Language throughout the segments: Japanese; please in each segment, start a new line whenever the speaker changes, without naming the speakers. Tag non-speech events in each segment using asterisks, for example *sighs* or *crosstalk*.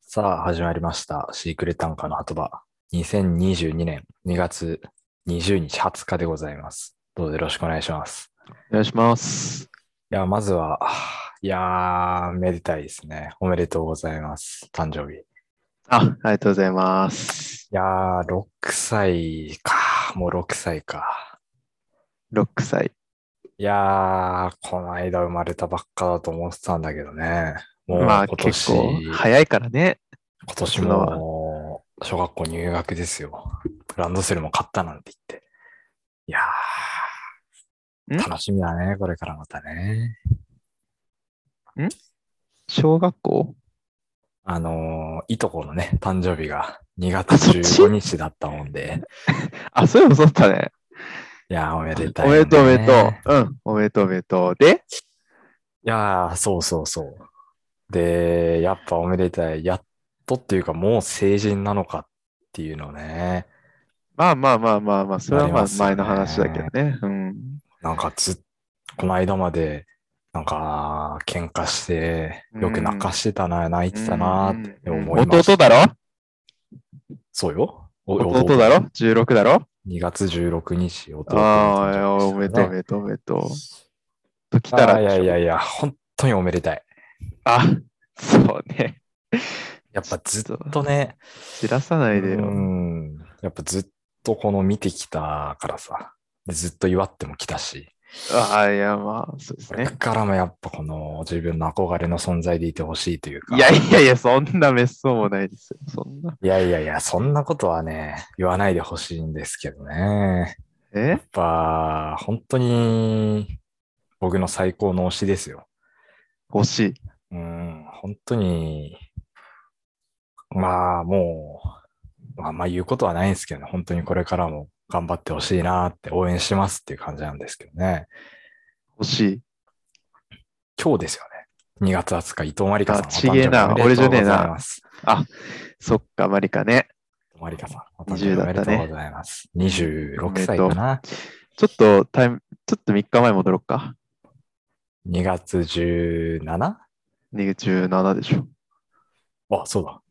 さあ、始まりました。シークレット短歌の鳩場。2022年2月20日、20日でございます。どうぞよろしくお願いします。
お願いします。
いや、まずは、いやー、めでたいですね。おめでとうございます。誕生日。い
あ、ありがとうございます。
やー、6歳か。もう6歳か。
6歳。
いやー、この間生まれたばっかだと思ってたんだけどね。もう
まあ
今
結
年、
構早いからね。
今年も小学校入学ですよ。ランドセルも買ったなんて言って。いや
ん
ー、楽しみだね、これからまたね。
小学校
あのーいとこのね、誕生日が2月
あそっち
15日だったもんで、
*laughs* あ、そういえばそうだったね。
いやー、おめでたい、
おめでとうおめでと。う。うん、おめでとうおめでとう。で、
いやー、そうそうそう。で、やっぱおめでたい。やっとっていうか、もう成人なのかっていうのね。
まあまあまあまあまあ、それはま
なりま
あ
すよね
前の話だけどね。うん。
なんかずっ、この間まで、なんか、喧嘩して、よく泣かしてたな、泣いてたなーって思いました。
弟だろ
そうよ。お
弟だろ ?16 だろ
?2 月16日、弟の誕生日でし
あ
たね
あ、おめでとうおめでとうおめでとう。ときたら
あー
で
い
し
や
ょ
いやいや、本当におめでたい。
あ、そうね。
やっぱずっ
ちょっ
とね、
知らさな
う
いでよ。
ん、やっぱずっとこの見てきたからさ、でずっと祝ってもきたし、
ああ、いやまあ、そうです
こ
ね
れ。からもやっぱこの自分の憧れの存在でいてほしいというか、
いやいやいや、そんな滅相もないですよ。そんな。
いやいやいや、そんなことはね、言わないでほしいんですけどね。や
え
っぱ、本当に僕の最高の推しですよ。
欲しい。
うん、本当に、まあもう、まあんまあ言うことはないんですけどね、本当にこれからも頑張ってほしいなって応援してますっていう感じなんですけどね。
欲しい。
今日ですよね。2月20日、伊藤まりかさん。
あちげえな
お誕生日おめでとうござい
俺じゃねえな
ます。
あ、そっか、マリカね。
まりかさん、お誕生
20
日おめで
だった
と
ね
うございます。26歳かな。
ちょっとタイム、ちょっと3日前戻ろっか。
2月 17?
27でし *laughs* ょ。
あ、そうだ。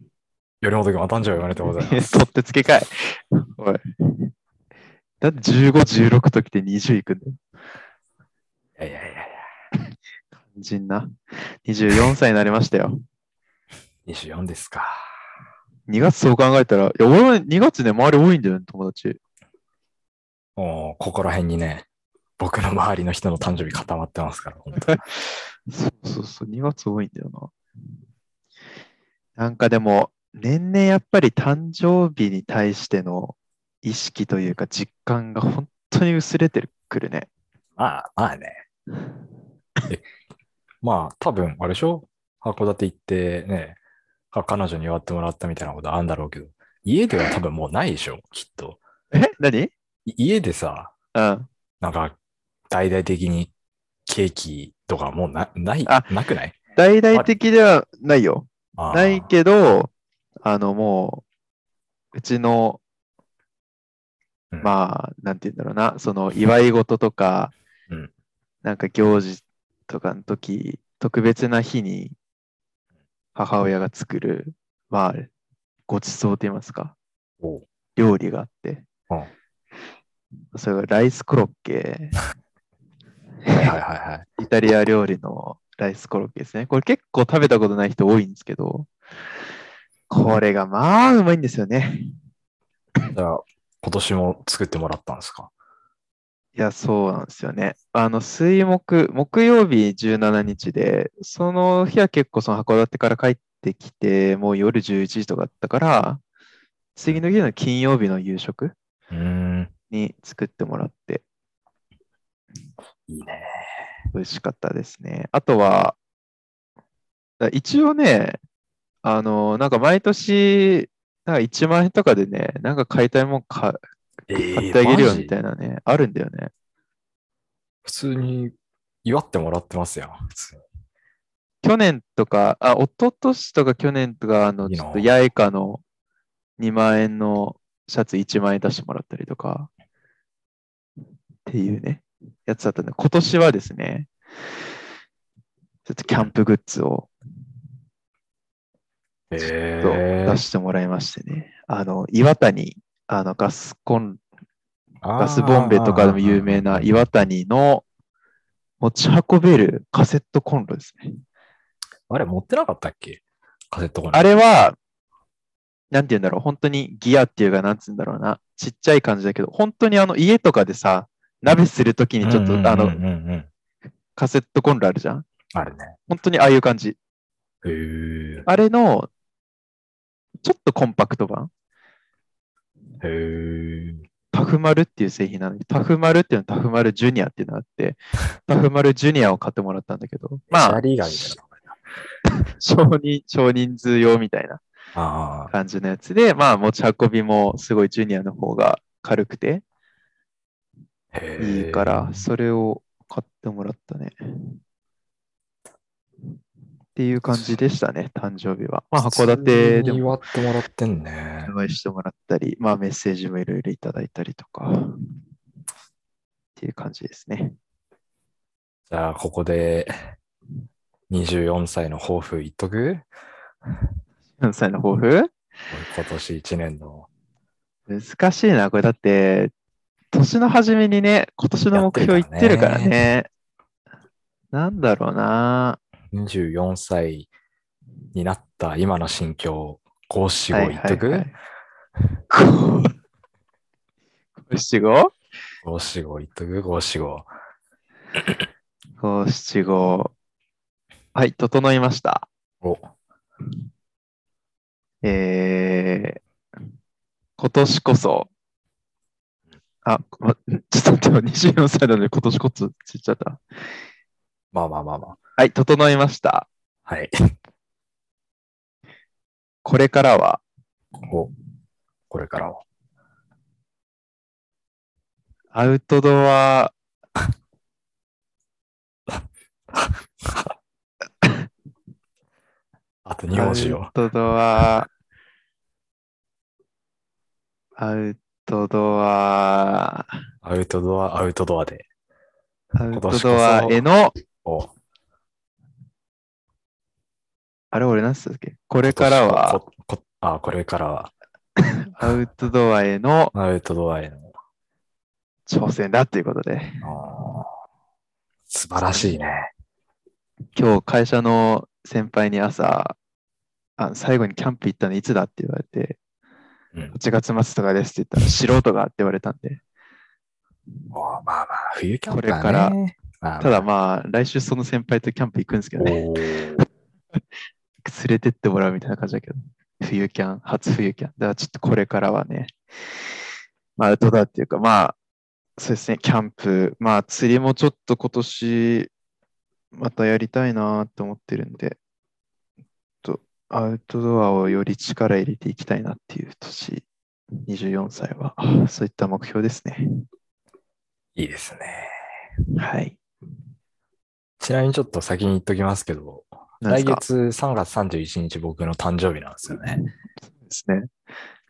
頼本君、お誕生日おめでとうご
*laughs*
ざいます。
取ってつけかい。おい。だって15、16ときて20いくんだよ。
いやいやいやい
肝心な。24歳になりましたよ。
や、24ですか。
2月そう考えたら、いや、俺は2月ね、周り多いんだよね、友達。
もう、ここら辺にね、僕の周りの人の誕生日固まってますから、本当
そうそうそう、2月多いんだよな。なんかでも、年々やっぱり誕生日に対しての意識というか実感が本当に薄れてくるね。
まあ、まあね。えまあ、多分、あれでしょ函館行ってね、か彼女に祝ってもらったみたいなことあるんだろうけど、家では多分もうないでしょきっと。
え何
い家でさ、
うん。
なんか、大々的にケーキとかもうな、ない、
あ
なくない
大々的ではないよ。
あー
ないけど、あのもう、うちの、
うん
まあ、なんて言うんだろうな、その祝い事とか、
うん
なんか行事とかの時、特別な日に母親が作る、まあ、ごちそうと言いますか、
お
*laughs*
う
料理があって、
うん
それがライスコロッケ、
はいはいはいはい。
イタリア料理のライスコロッケですね。これ結構食べたことない人多いんですけど、これがまあうまいんですよね。
じゃあ、今年も作ってもらったんですか
いや、そうなんですよね。あの、水木、木曜日17日で、その日は結構その函館から帰ってきて、もう夜11時とかだったから、次の日の金曜日の夕食
うーん、
に作ってもらって、
いいね。
美味しかったですね。あとは、だ一応ね、あの、なんか毎年、なんか1万円とかでね、なんか買いたいもんか
え
買ってあげるよみた
な。
いなね、あるんだよね。
普通に祝ってもらってますやん、普通に。
去年とか、あ、一昨年とか去年とか、あの、
いい
ち
な
ょっと八重かの2万円のシャツ1万円出してもらったりとか、っていうね、やつだったんで、今年はですね、ちょっとキャンプグッズを
え
と
ー
出してもらいましてね。あの、岩谷、あの、ガスコン、ガスボンベとかでも有名な岩谷の持ち運べるカセットコンロですね。
あれ、持ってなかったっけカセットコンロ。
あれは、なんて言うんだろう、本当にギアっていうか、なんて言うんだろうな、ちっちゃい感じだけど、本当にあの、家とかでさ、鍋するときにちょっと、
うんうんうんうん
あの、カセットコンロあるじゃん
あるね。
本当にああいう感じ。
へー
あれの、ちょっとコンパクト版
へー
タフマルっていう製品なのに、タフマルっていうのはタフマルジュニアっていうのが
*laughs*
あって、タフマルジュニアを買ってもらったんだけど、ま
シャ
あ、
リ以外みたいな名前だ。
少人少人数用みたいな
ああ、
感じのやつで、まあ、持ち運びもすごいジュニアの方が軽くて
へー
いいから、それを買ってもらったね。っていう感じでしたね、誕生日は。まあ、函館で
普通に
も
祝ってもらってんね。
お会いしてもらったり、まあ、メッセージもいろいろいただいたりとか、っていう感じですね。
じゃあ、ここで24歳の抱負言っとく
4歳の抱負
今年1年の。
難しいな、これだって、年の初めにね、今年の目標言ってるから
やってるから
ね。なんだろうな。
24歳になった今の心境、五七五
はい
言っと
はいは
く
いこう五七五
五七五言っとく五七五。
五七五。はい、整いました。
お、
えー、今年こそ、あ、まちょっと待って、24歳なので今年こそって言っちゃった。
まあまあまあまあ。
はい、整いました。
はい。
これからは、
お、これからは。
アウトドア。
あと2文字
ア
を
ウ。トドア。アウトドア。
アウトドア、アウトドアで。
アウトドアへの、
お、こ
あれ俺何つったっけこれからは、
ここあ、これからは。
アウトドアへの
アウトドアへの。
挑戦だということで、
あー素晴らしいね。
今日会社の先輩に朝、あ最後にキャンプ行ったのいつだって言われて、
うん。
8月末とかですって言ったら、素人がって言われたんで、
おまあまあ、冬キャンプだね
これから
まあ
ただまあ、来週その先輩とキャンプ行くんですけどね、
おー
連れてってもらうみたいな感じだけど、冬キャン、初冬キャン。だからちょっとこれからはね、まあ、アウトドアっていうか、まあ、そうですね、キャンプ、まあ、釣りもちょっと今年、またやりたいなと思ってるんで、ちょっとアウトドアをより力入れていきたいなっていう年、24歳は、そういった目標ですね。
いいですね。
はい。
ちなみにちょっと先に言っときますけど、
なんで
来
すか
月3月31日僕の誕生日なんですよね。
ですね。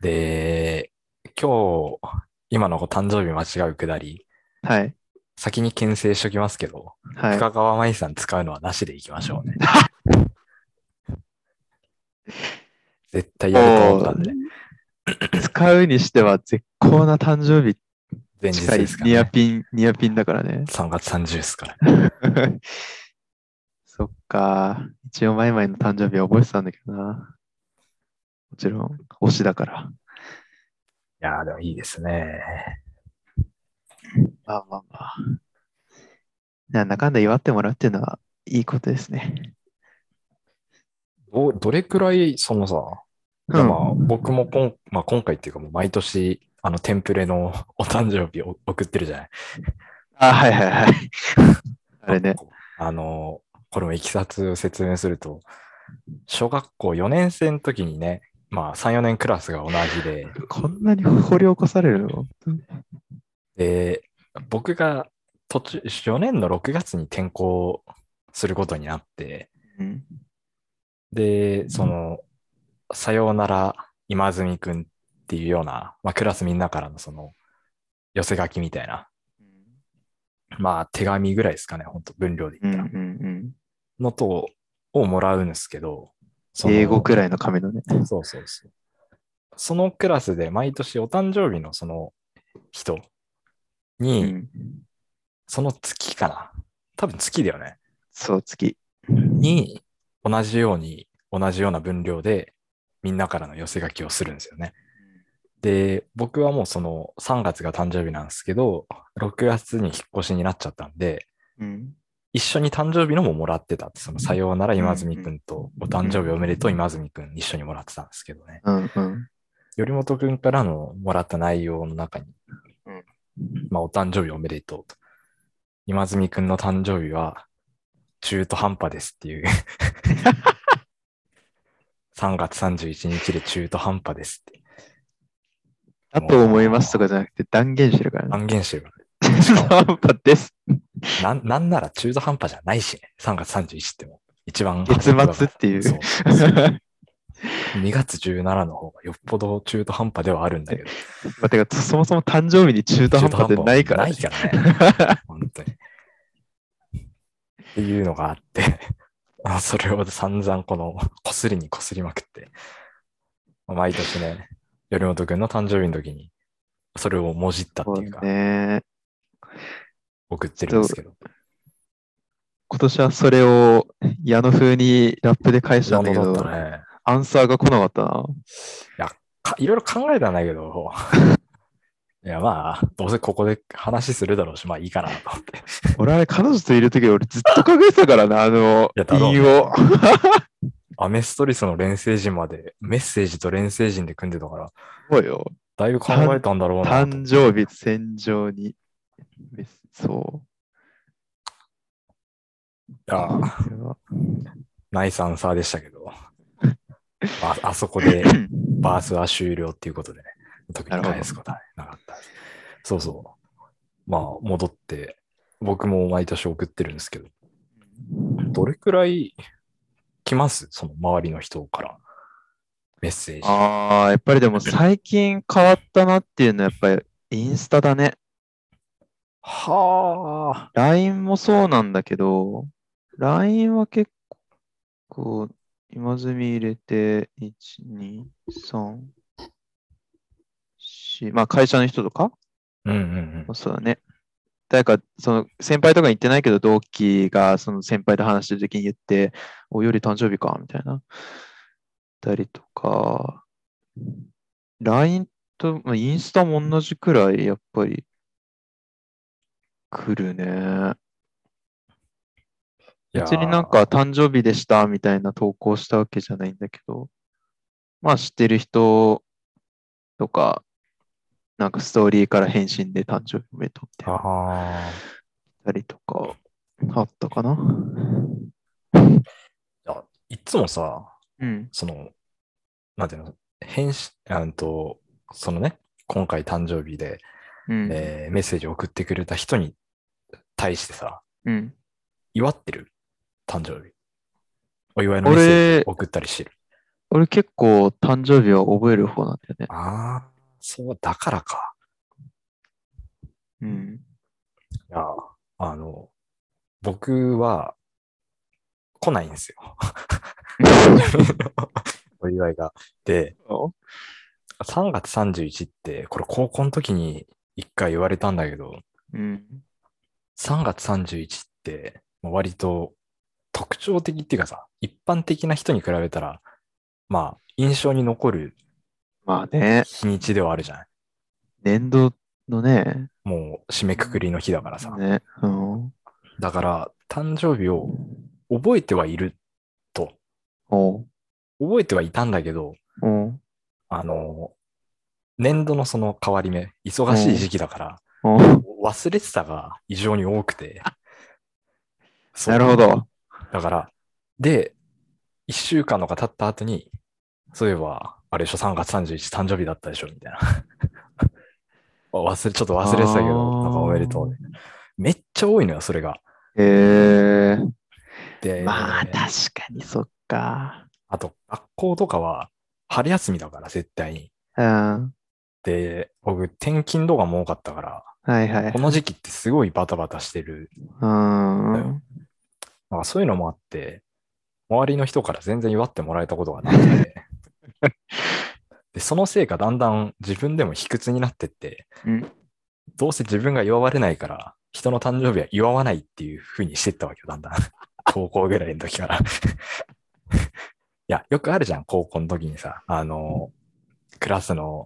で、今日、今の誕生日間違うくだり、
はい。
先に牽制しときますけど、
はい。
深川麻衣さん使うのはなしでいきまし
*laughs*
ょうね。絶対やると思ったんで、
使うにしては絶好な誕生日
前日
近い
ですから、
ニア
ね。。
ピン、ニアピンだからね
3月30です
*laughs*
から、
そっか。一応、マイマイの誕生日は覚えてたんだけどな。もちろん、推しだから。
いやーでもいいですね。
まあまあまあ。なんだかんだ祝ってもらうっていうのはいいことですね。
ど、どれくらい、そのさ、
う
ま
ん。
あ、僕もこん、まあ、今回っていうかもう毎年、あの、テンプレのお誕生日を送ってるじゃない。
あ、はいはいはい。 *laughs* あれね。
あの、これもいきさつを説明すると、小学校4年生の時にね、まあ、3、4年クラスが同じで、
こんなに掘り起こされるの
で、僕が途中、4年の6月に転校することになって、
うん。
で、その、さようなら今住くんっていうような、まあ、クラスみんなからのその、寄せ書きみたいな、まあ、手紙ぐらいですかね、本当分量で
う
言っ
んう
たら。
ん
のと、をもらうんですけど、その
英語くらいの紙のね。
そうそうそう。そのクラスで毎年お誕生日のその人
う
に、
ん。
その月かな多分月だよね。
そう、月。
に、同じように、同じような分量で、みんなからの寄せ書きをするんですよね。で、僕はもうその3月が誕生日なんですけど、6月に引っ越しになっちゃったんで、
うん。
一緒に誕生日のももらってたって、そのさようなら今住くんと、お誕生日おめでとう今住くん一緒にもらってたんですけどね。
うんうん。
頼本くんからのもらった内容の中に、
うん
まあ、お誕生日おめでとうと。今住くんの誕生日は中途半端ですっていう。3月31日で中途半端ですって
だと思いますとかじゃなくて断言してるからね。
断言してるか
中途 *laughs* 半端
*laughs*
です。
ら。なんなんなら中途半端じゃないしね。3月31っても。一番
月末っていう
そうそうそう2月17の方がよっぽど中途半端ではあるんだけど。
まあ、てか、そもそも誕生日に *laughs* 中途半端ってないから、
ない
ね。
からね。本当に。っていうのがあって、 *laughs* あそれを散々この、こすりにこすりまくって、毎年ね、頼本くんの誕生日の時に、それをもじったっていうか、
そうね。
送ってるんですけど、
今年はそれを矢野風にラップで返したんだけ
だ
ど、
ったね。
アンサーが来なかったな。
かいろいろ考えたんだけど、いやまあ、どうせここで話するだろうし、まあいいかなと思って。
俺、あれ、彼女といる時俺ずっと考えてたからな、あの
いや、だろうね
韻を。
アメストリスの連成人まで、メッセージと連成人で組んでたから、
そうよ。
だいぶ考えたんだろうなと思って
誕生日戦場に。そ
いや
う
ー。
それは
ナイスアンサーでしたけ
*laughs*
ど、ああそこでバースは終了っていうことでね、特に返すことはなかったです。そうそう。まあ、戻って、僕も毎年送ってるんですけど、どれくらい来ますその周りの人からメッセージ。
ああ、やっぱりでも最近変わったなっていうのはやっぱりインスタだね。
はあ。
LINE もそうなんだけど、LINE は結構、今積み入れて、1、2、3、4、まあ会社の人とか
うんうん
もそうだね。誰か、その先輩とかに言ってないけど、同期がその先輩と話してる時に言って、お、より誕生日か、みたいな。たりとか、LINE と、まあ、インスタも同じくらい、やっぱり、来るね。
うん。
別になんか誕生日でしたみたいな投稿したわけじゃないんだけど、まあ知ってる人とか、なんかストーリーから返信で誕生日おめでとうって
いやー。ああ。
たりとか、あったかな。
いつもさ、
うん。
その、なんていうの、返信、あんと、そのね、今回誕生日で、
うん。
えーメッセージを送ってくれた人に対してさ、
うん、
祝ってる誕生日。お祝いのメッセージ
俺
を送ったりしてる。
俺結構誕生日は覚える方なんだよね。
ああ、そう、だからか。
うん。 *laughs*
いや、あの、僕は来ないんですよ。お祝いが。で、3月31って、これ高校の時に一回言われたんだけど、
うん。
3月31って、まあ割と特徴的っていうかさ、一般的な人に比べたら、まあ、印象に残る
まあね、
日にちではあるじゃない。
年度のね、
もう締めくくりの日だからさ。
ね、うん。
だから、誕生日を覚えてはいると。
おう
覚えてはいたんだけど、
おう
あの、年度のその変わり目、忙しい時期だから、
おう
忘れてたが異常に多くて。そう
*laughs* なるほど。
だから、で、一週間のが経った後に、そういえば、あれでしょ、3月31日誕生日だったでしょ、みたいな。 *laughs* あ忘れ、ちょっと忘れてたけ
あ
ど、
ー
なんかおめでとうね。めっちゃ多いのよ、それが。
えー、
で、
まあ確かにそっか。
あと、学校とかは、春休みだから、絶対に。
うん。
で、僕、転勤とかも多かったから、
はいはい
こ。の時期ってすごいバタバタしてる。
うん。
なんかそういうのもあって、周りの人から全然祝ってもらえたことがなく
*laughs*
て、でそのせいかだんだん自分でも卑屈になってって、
うん
どうせ自分が祝われないから、人の誕生日は祝わないっていうふうにしてったわけよ、だんだ *laughs* ん。高校ぐらいの時から。い *laughs* や、よくあるじゃん、高校の時にさ、あの、クラスの、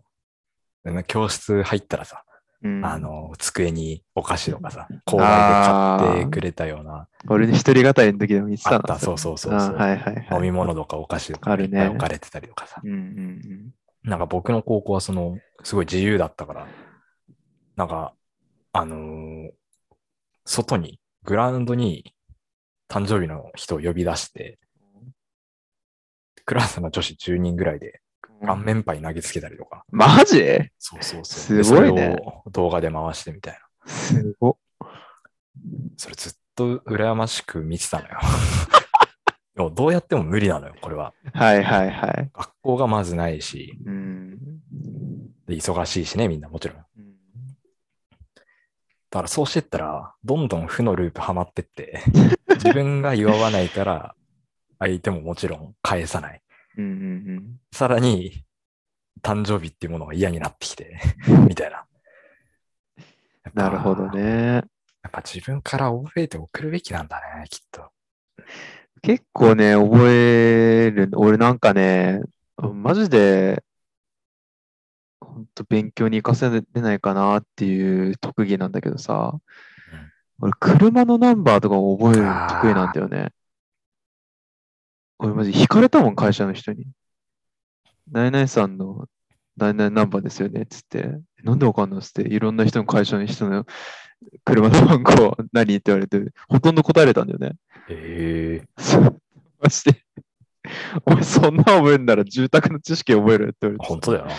うん教室入ったらさ、
うん、
あの、机にお菓子とかさ、購買で買ってくれたような、
俺に一人語りの時でも言っ
あ
てた
っ
な。
た、そううそうそう
あ
そう、
はいはいはい。
飲み物とかお菓子とか
あ
いっ
るね
ぱい置かれてたりとかさ、
うんうん
なんか僕の高校はその、すごい自由だったから、なんか、あのー外に、グラウンドに誕生日の人を呼び出して、クラスの女子10人ぐらいで
うん。
顔面パイ投げつけたりとか、
マジ
そうそうそう。
すごいね
でそれを動画で回してみたいな。
すご
それずっと羨ましく見てたの
*laughs*
よ。でもどうやっても無理なのよ、これは。
はいはいはい。
学校がまずないし、
うん。
で忙しいしね、みんなもちろん。だ
うん
からそうしてったら、どんどん負のループはまって
*laughs*
って、自分が祝わないから、相手ももちろん返さない。
うんうん
さらに、誕生日っていうものが嫌になってき
*laughs*
て、みたいな。やっぱ
なるほど。ね。
やっぱ自分から覚えて送るべきなんだね、きっと。
結構ね、覚える。俺なんかね、マジで、本当勉強に活かせれないかなっていう特技なんだけどさ、俺車のナンバーとかを覚えるの得意なんだよね。俺マジ引かれたもん、会社の人に。ナイナイさんのナイナイナンバーですよねっつって、なんでわかんないっつって、いろんな人の会社の人の車の番号何って言われて、ほとんど答えれたんだよね。
ええ
そう *laughs* マジで。お前そんな覚えるなら住宅の知識覚えるって言われて
本当だよな。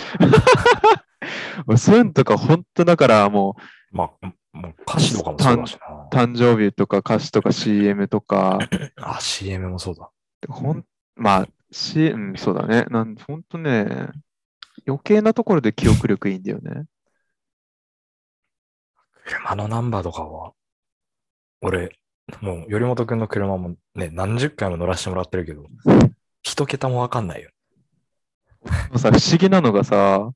俺そういうのとか本当だからも
まあ、もう歌詞とかもそうだしな
う。誕生日とか歌詞とか CM とか、
あ、CM もそうだ。
ほんまあ、C、うん、そうだね。なん本当ね、余計なところで記憶力いいんだよね。
車のナンバーとかは、俺、もう、頼本くんの車もね、何十回も乗らせてもらってるけど、一桁もわかんないよ。
でもさ、不思議なのがさ、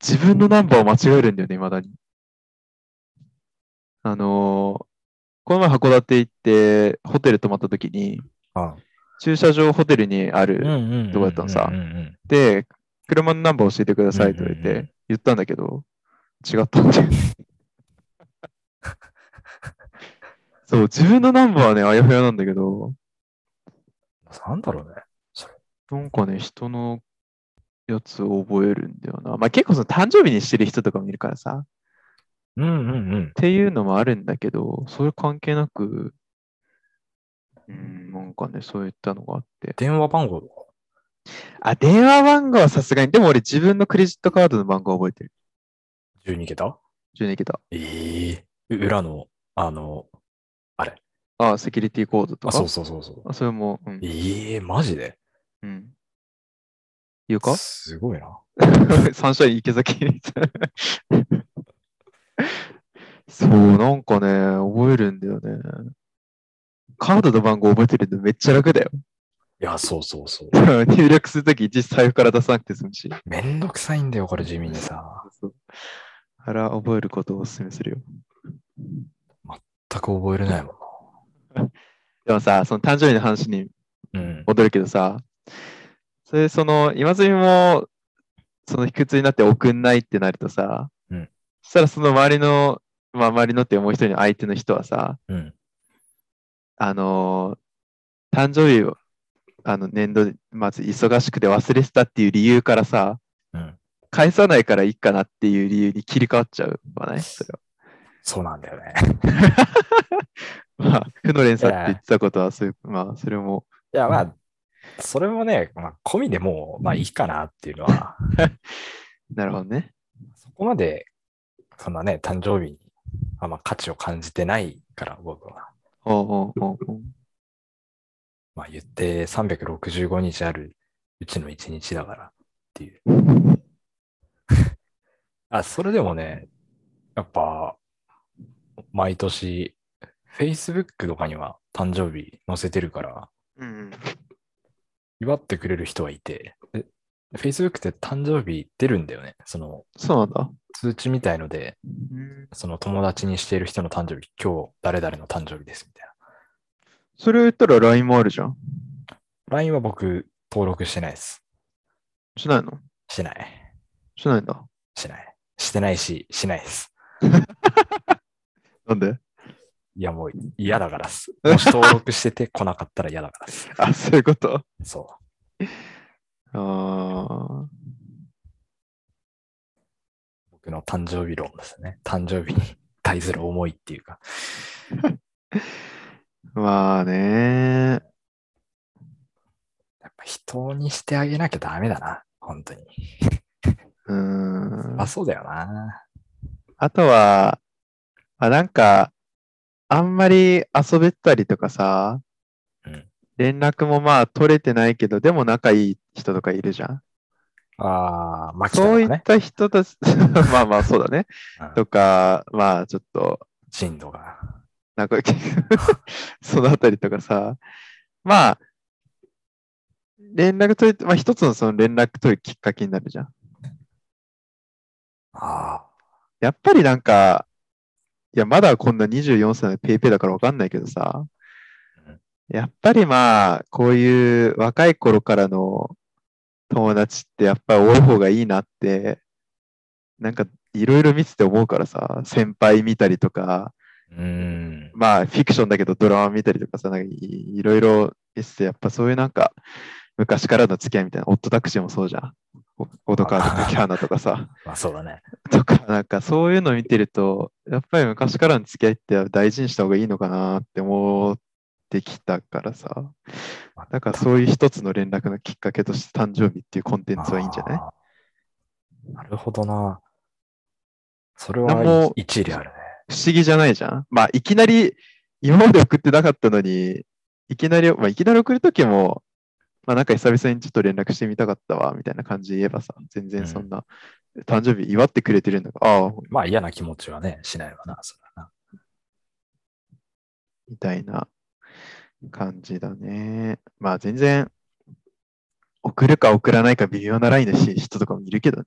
自分のナンバーを間違えるんだよね、未だに。あのーこの前函館行って、ホテル泊まった時に、
あ
駐車場ホテルにあ
う
る、
んうん
どうやったのさ
うんうん
で、車のナンバー教えてくださいと言っ
うんうんう
て、言ったんだけど、違ったんだよ
*laughs*
ね。そう、自分のナンバーはね、あやふやなんだけど、
なんだろうね。
なんかね、人のやつを覚えるんだよな。まあ結構その誕生日にしてる人とかもいるからさ、
うんうんうん
っ。ていうのもあるんだけど、それ関係なく、うん、なんかね、そういったのがあって。
電話番号とか
あ、電話番号はさすがに、でも俺自分のクレジットカードの番号覚えてる。
12桁
12桁。
ええう裏の、あの、
あ、セキュリティコードと
あ、
か。
そうそうそうそう。
あそれも、うん。
ええマジで
うん、言うか
すごいな。
*laughs* サンシャイン池崎 *laughs* みたいなそう、なんかね、覚えるんだよね。カードの番号覚えてるんでめっちゃ楽だよ。 *laughs*
いや、そうそうそう。
入力するとき、実財布から出さなくて済むし。
めんどくさいんだよ、これ地味にさ。
そうあら、覚えることをお勧めするよ。
全く覚えれないも
でもさ、その誕生日の話に
んな。うん。
戻るけどさ、それその今住みもその卑屈になって送んないってなるとさ、
うん
そしたらその周りの、まあ、周りのって思う一人の相手の人はさ、
うん。
あのー誕生日をあの年度まず忙しくて忘れてたっていう理由からさ、
うん
返さないからいいかなっていう理由に切り替わっちゃうわないそれは。
そうなんだよね。
*laughs* まあ、負の連鎖って
いや
言ってたことはそういう、まあ、それも、
いや、
うん
まあ、それもね、まあ、込みでもう、まあいいかなっていうのは、 *laughs*
なるほどね。
そこまで、そんなね、誕生日に、あんま価値を感じてないから、僕は。
おうおうおうおう
まあ言って365日あるうちの1日だからっていう。あ、それでもね、やっぱ、毎年、Facebook とかには誕生日載せてるから、
うん。
祝ってくれる人はいて、で Facebook って誕生日出るんだよね。その
そうなんだ。
通知みたいので、
うん、
その友達にしている人の誕生日、今日誰々の誕生日ですみたいな。
それを言ったら LINE もあるじゃん。
LINE は僕、登録してないです。
しないの
してない。
しないんだ。
しない。してないし、しないです。
なんで
いや、もう嫌だからっす。もし登録してて来なかったら嫌だからっす。
あ、そういうこと。
そ
ああ。
う。僕の誕生日論ですね。誕生日に対する思いっていうか。
まあ
や
ね。
っぱ人にしてあげなきゃダメだな。本当に。
うーん。
あ、そうだよな。
あとは、あ、なんか、あんまり遊べたりとかさ、
うん
連絡もまあ取れてないけど、でも仲いい人とかいるじゃん。
ああ、巻きとか
そういっ
ね。
た人たち、 *laughs* まあまあそうだね
うん。
とか、まあちょっと、
人度が。
なんか、そのあたりとかさ、まあ、連絡取れて、まあ一つのその連絡取るきっかけになるじゃん。
あ
やっぱりなんか、いや、まだこんな24歳のペイペイだからわかんないけどさ
うん、
やっぱりまあ、こういう若い頃からの友達ってやっぱり多い方がいいなって、なんかいろいろ見てて思うからさ、先輩見たりとか、
あ。うーん。
まあ、フィクションだけどドラマ見たりとかさ、なんかいいろいろ見てて、やっぱそういうなんか、昔からの付き合いみたいな、オットタクシーもそうじゃん。おオドカーとかキャーナとかさ。
まあそうだね。
とか、なんかそういうの見てると、やっぱり昔からの付き合いって大事にした方がいいのかなって思ってきたからさ。だからそういう一つの連絡のきっかけとして誕生日っていうコンテンツはいいんじゃない
あーなるほどな。それ
なんも
は一理あるね。
不思議じゃないじゃんまあ、いきなり、今まで送ってなかったのに、いきなり、まあ、いきなり送るときも、まあ、なんか久々にちょっと連絡してみたかったわ、みたいな感じで言えばさ、全然そんな、誕生日祝ってくれてるんだから、ああ、
まあ嫌な気持ちはね、しないわな。それはな
みたいな感じだね。まあ全然、送るか送らないか微妙なラインのし人とかもいるけどね。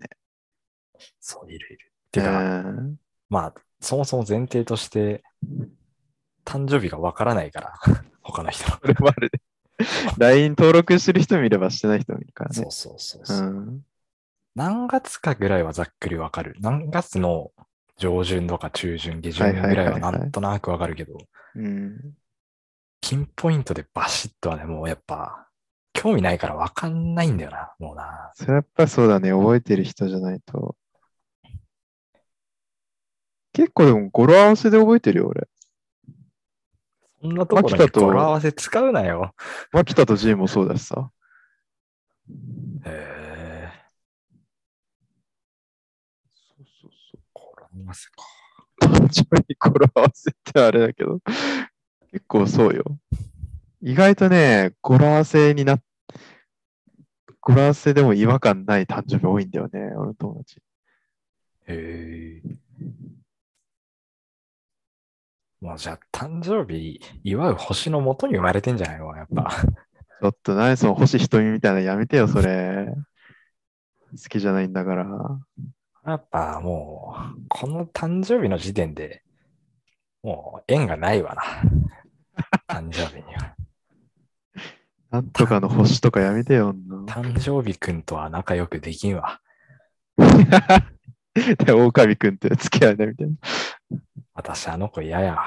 そう、いるいる。てか、
うん
まあ、そもそも前提として、誕生日がわからないから、 *laughs* 他の人の
そ。れもあるね。LINE 登録してる人もいればしてない人もいるから
そ
ね
う。そうそう
う
そう、
ん、
何月かぐらいはざっくりわかる。何月の上旬とか中旬、下
は
旬
いはい
ぐらい
は
はい
はい
なんとなくわかるけど、
うん。
ピンポイントでバシッとはね、もうやっぱ、興味ないからわかんないんだよな、もうな。
それはやっぱそうだね。覚えてる人じゃないと。結構でも語呂合わせで覚えてるよ、俺。
そんなところ
秋
に
田と
語呂合わせ使うなよ。
マキタとジーもそうだしさ。
へえ。
そうそうそう。
語呂合わせか。
誕生日語呂合わせってあれだけど、結構そうよ。意外とね、語呂合わせになっ、語呂合わせでも違和感ない誕生日多いんだよね、俺の友達。
へえ。もうじゃあ、誕生日祝う星のもとに生まれてんじゃないのやっぱ。
ちょっと何その星瞳みたいなのやめてよ、それ。好きじゃないんだから。
やっぱもう、この誕生日の時点で、もう縁がないわな。誕生日に *laughs* は。
なんとかの星とかやめてよ、女。
誕生日くんとは仲良くできんわ。
*laughs* で、狼くんって付き合いね、みたいな。
私、あの子嫌やわ。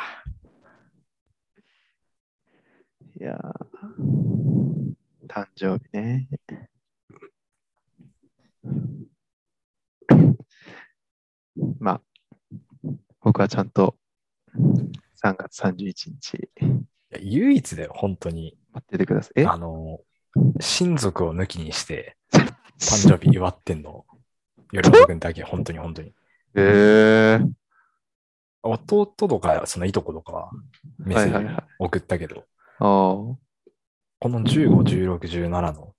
いやー誕生日ね。まあ、僕はちゃんと3月31日待
いや唯一で本当に、
っててください。え
あの、親族を抜きにして、誕生日祝ってんの。よりもくんだけ、本当に本当に。
えー、
弟とか、そのいとことかはメッ
は
セ
いはいは
ージ
い。
送ったけど、
あー *laughs*
この15、16、17の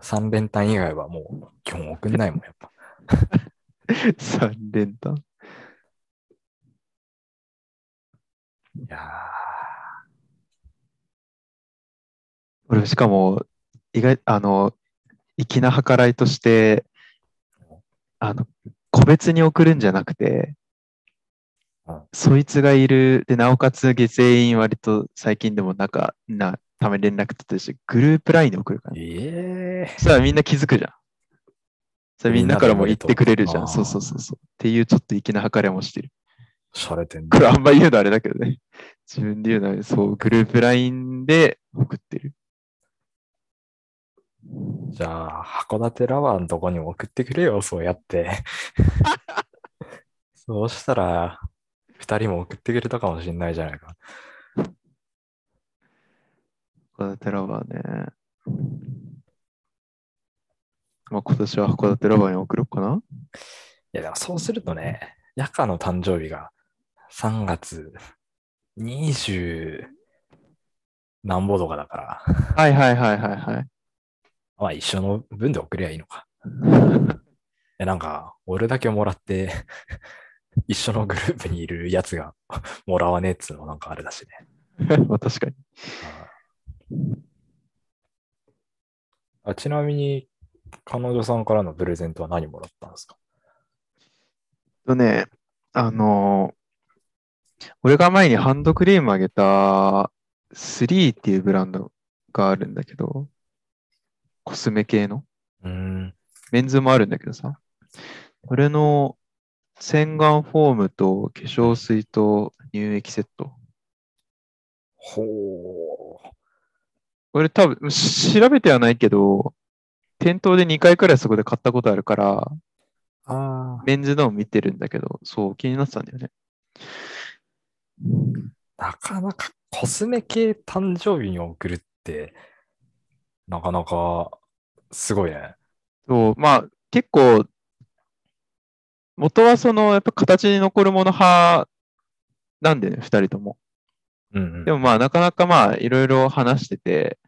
3連単以外はもう基本送んないもん、やっぱ。
3連単。
いや
俺、しかも、意外、あの、粋な計らいとして、あの、個別に送るんじゃなくて
うん、
そいつがいる、で、なおかつ、全員割と最近でも仲な、ため連絡取ってるし、グループラインで送るから、ね。
ええ
そしたらみんな気づくじゃん。それみんなからも言ってくれるじ
み
ゃ
んな
ん。
で
そう
割と
そうそうそう。っていうちょっと粋な計らいもしてる。
しゃれてん
こ
ね
れあんま言うのあれだけどね。自分で言うのはそう、グループラインで送ってる。
じゃあ、函館ラワーのとこにも送ってくれよ、そうや
*laughs*
って。そうしたら、二人も送ってくれたかもしれないじゃないか。
函館ラバーね。まあ今年は函館ラバーに送ろうかな。
いや、でもそうするとね、ヤカの誕生日が3月20何ぼとかだから、
はいはいはいはいはい。
まあ一緒の分で送りゃいいのか。え、なんか、俺だけもらって、一緒のグループにいるやつがもらわねえっつうのもなんかあれだしね。
*laughs* まあ確かに。
あちなみに、彼女さんからのプレゼントは何もらったんですか
とね、あのー俺が前にハンドクリームあげた3っていうブランドがあるんだけど、コスメ系の、
うーん。
メンズもあるんだけどさ、これの洗顔フォームと化粧水と乳液セット。
ほう。
これ多分、し調べてはないけど、店頭で2回くらいそこで買ったことあるから、
あ
メンズのを見てるんだけど、そう、気になってたんだよね。
あ。なかなかコスメ系誕生日に送るって、なかなかすごいね。
そう、まあ結構、元はその、やっぱ形に残るもの派なんでね、二人とも。
うん、うん。
でもまあなかなかまあいろいろ話してて、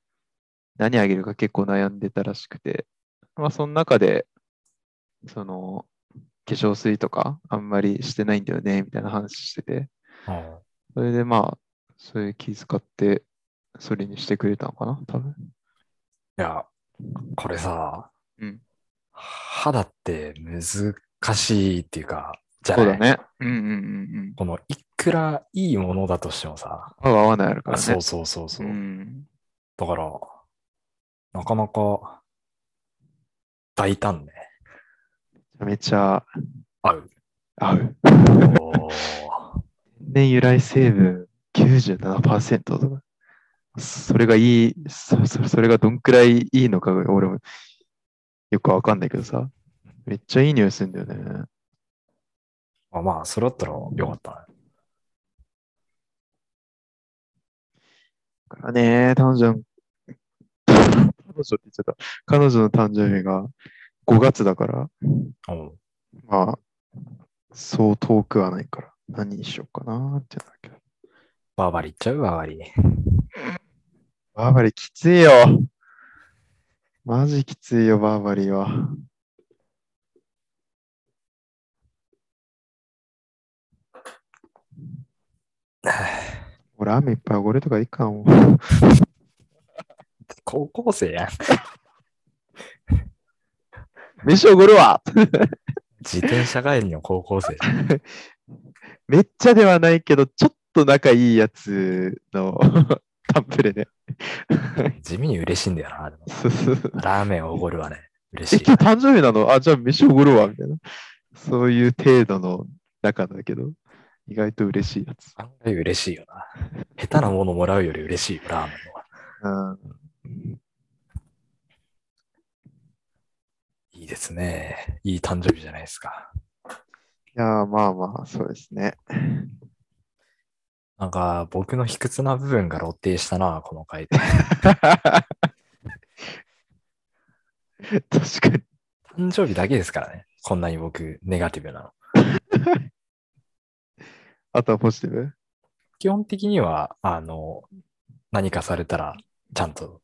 何あげるか結構悩んでたらしくて、まあその中で、その、化粧水とかあんまりしてないんだよね、みたいな話してて、
うん
それでまあ、そういう気遣って、それにしてくれたのかな、多分。
いや、これさ、
うん
肌って難しいっていうか、じゃ
そ
な
う
い
だね。うんうんうんうん。
このいくらいいものだとしてもさ、
合う合わないあるからね。
そうそうそうそう、
うん
だから、なかなか大胆ね。
めちゃ
合
*laughs*
う。
合う。
おー
天然由来成分97%とか。それがいい、そそそれがどんくらいいいのか、俺もよくわかんないけどさ。めっちゃいい匂いするんだよね。
あまあ、それだったらよかったね。
だからね、彼女の、 *laughs* 彼女って言っちゃった。彼女の誕生日が5月だから、
うん
まあ、そう遠くはないから、何にしようかなってなるけど。
バーバリーいっちゃうバーバリー。
バーバリーきついよ。マジきついよ、バーバリーは。 *sighs* 俺、雨いっぱい汚れとかいいかも。
高校生やん。
飯汚るわ
自転車帰りの高校生じゃん。
*laughs* めっちゃではないけど、ちょっと仲いいやつの *laughs* タンプ *laughs* レで。
地味に嬉しいんだよな。でも
そうそうそう
ラーメンおごるわね。嬉
え、
しい
*laughs* 今。日誕生日なのあ、じゃあ飯おごるわ、みたいな。そういう程度の仲だけど、意外と嬉しいやつ。
案外嬉しいよな。下手なものもらうより嬉しいよ、ラーメンの方が。
うん。
いいですね。いい誕生日じゃないですか。
いやー、まあまあ、そうです *laughs* ね。
なんか、僕の卑屈な部分が露呈したな、この回で。
確かに。
誕生日だけですからね。こんなに僕、ネガティブなの。
あとはポジティブ
基本的には、あの、何かされたら、ちゃんと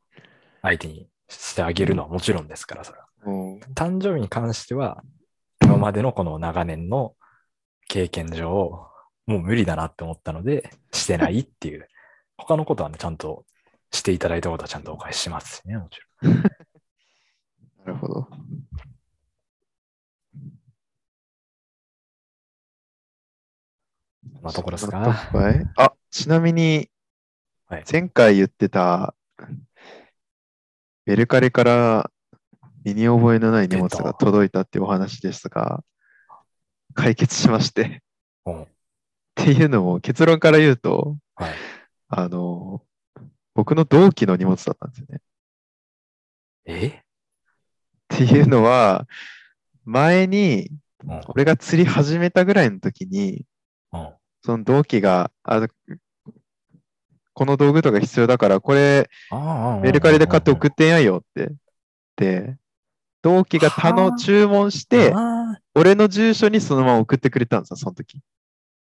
相手にしてあげるのはもちろんですから、それは。
うん。
誕生日に関しては、今までのこの長年の経験上、 *laughs* もう無理だなって思ったので、してないっていう。他のことはね、ちゃんとしていただいたことはちゃんとお返ししますしね、もちろん。
なるほど。
こんなところです
そんな
か
と。こかいあ、ちなみに
はい、
前回言ってた、ベルカリから身に覚えのない荷物が届いたっていうお話ですが、解決しまして。 *laughs*
うん
っていうのも結論から言うと、
はい
あの、僕の同期の荷物だったんですよね。
え
っていうのは、前に
うん
俺が釣り始めたぐらいの時に、
うん
その同期が、あのこの道具とか必要だから、これ
ああ
メルカリで買って送
っ
ってんやよって。で、同期が
は
頼
あ
注文して、
あ
俺の住所にそのまま送ってくれたんですよ、その時。
ー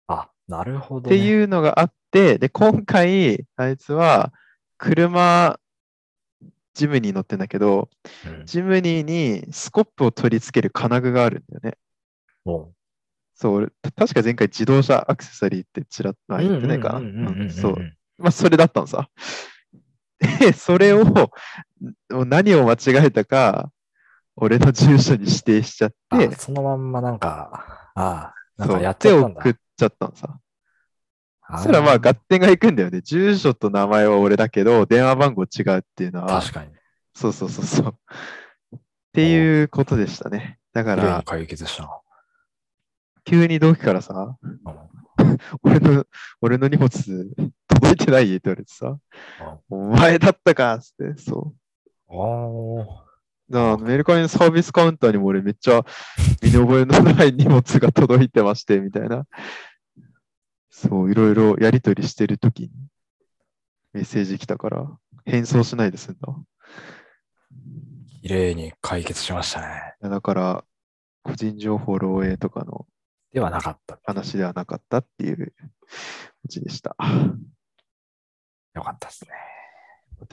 あ、なるほど、
って
ね。う。
いうのがあって、で、今回、あいつは、車、ジムニー乗ってんだけど、
ん、
ジムニーにスコップを取り付ける金具があるんだよね。
も
そう、俺た確か前回自動車アクセサリーってちらっと
う
あ言ってないかな。
うんうんうんうん
う
うんん
そう。まあ、それだったのさ。 *laughs* で、それを、ん何を間違えたか、俺の住所に指定しちゃって
あ、そのまんまなんか、ああ、なん
そ
か
う
やっちゃったんだ
で送。っちゃったのさ。
あ
そ
ー
したらまあ、合点がいくんだよね。住所と名前は俺だけど、電話番号違うっていうのは、
確かに。
そうそうそうそう。っていうことでしたね。だか
綺麗に
ら、
解決したな。
急に同期からさ、
うん
俺の、俺の荷物届いてないって言われてさ
あ、
お前だったかっつって、そ
おー
う。だからメルカリのサービスカウンターにも俺めっちゃ身に覚えのない荷物が届いてまして、みたいな。そう、いろいろやりとりしてるときにメッセージ来たから、返送しないで済んだわ。
綺麗に解決しましたね。
いやだから、個人情報漏洩とかの
ではなかった。
話ではなかったっていうオチでした。 *laughs*
よかったですね。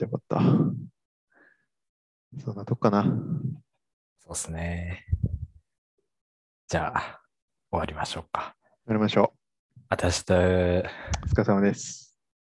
よかった。そんなとこかな。
そうですね。じゃあ、終わりましょうか。
やりましょ
私と、
う。お疲れ様です。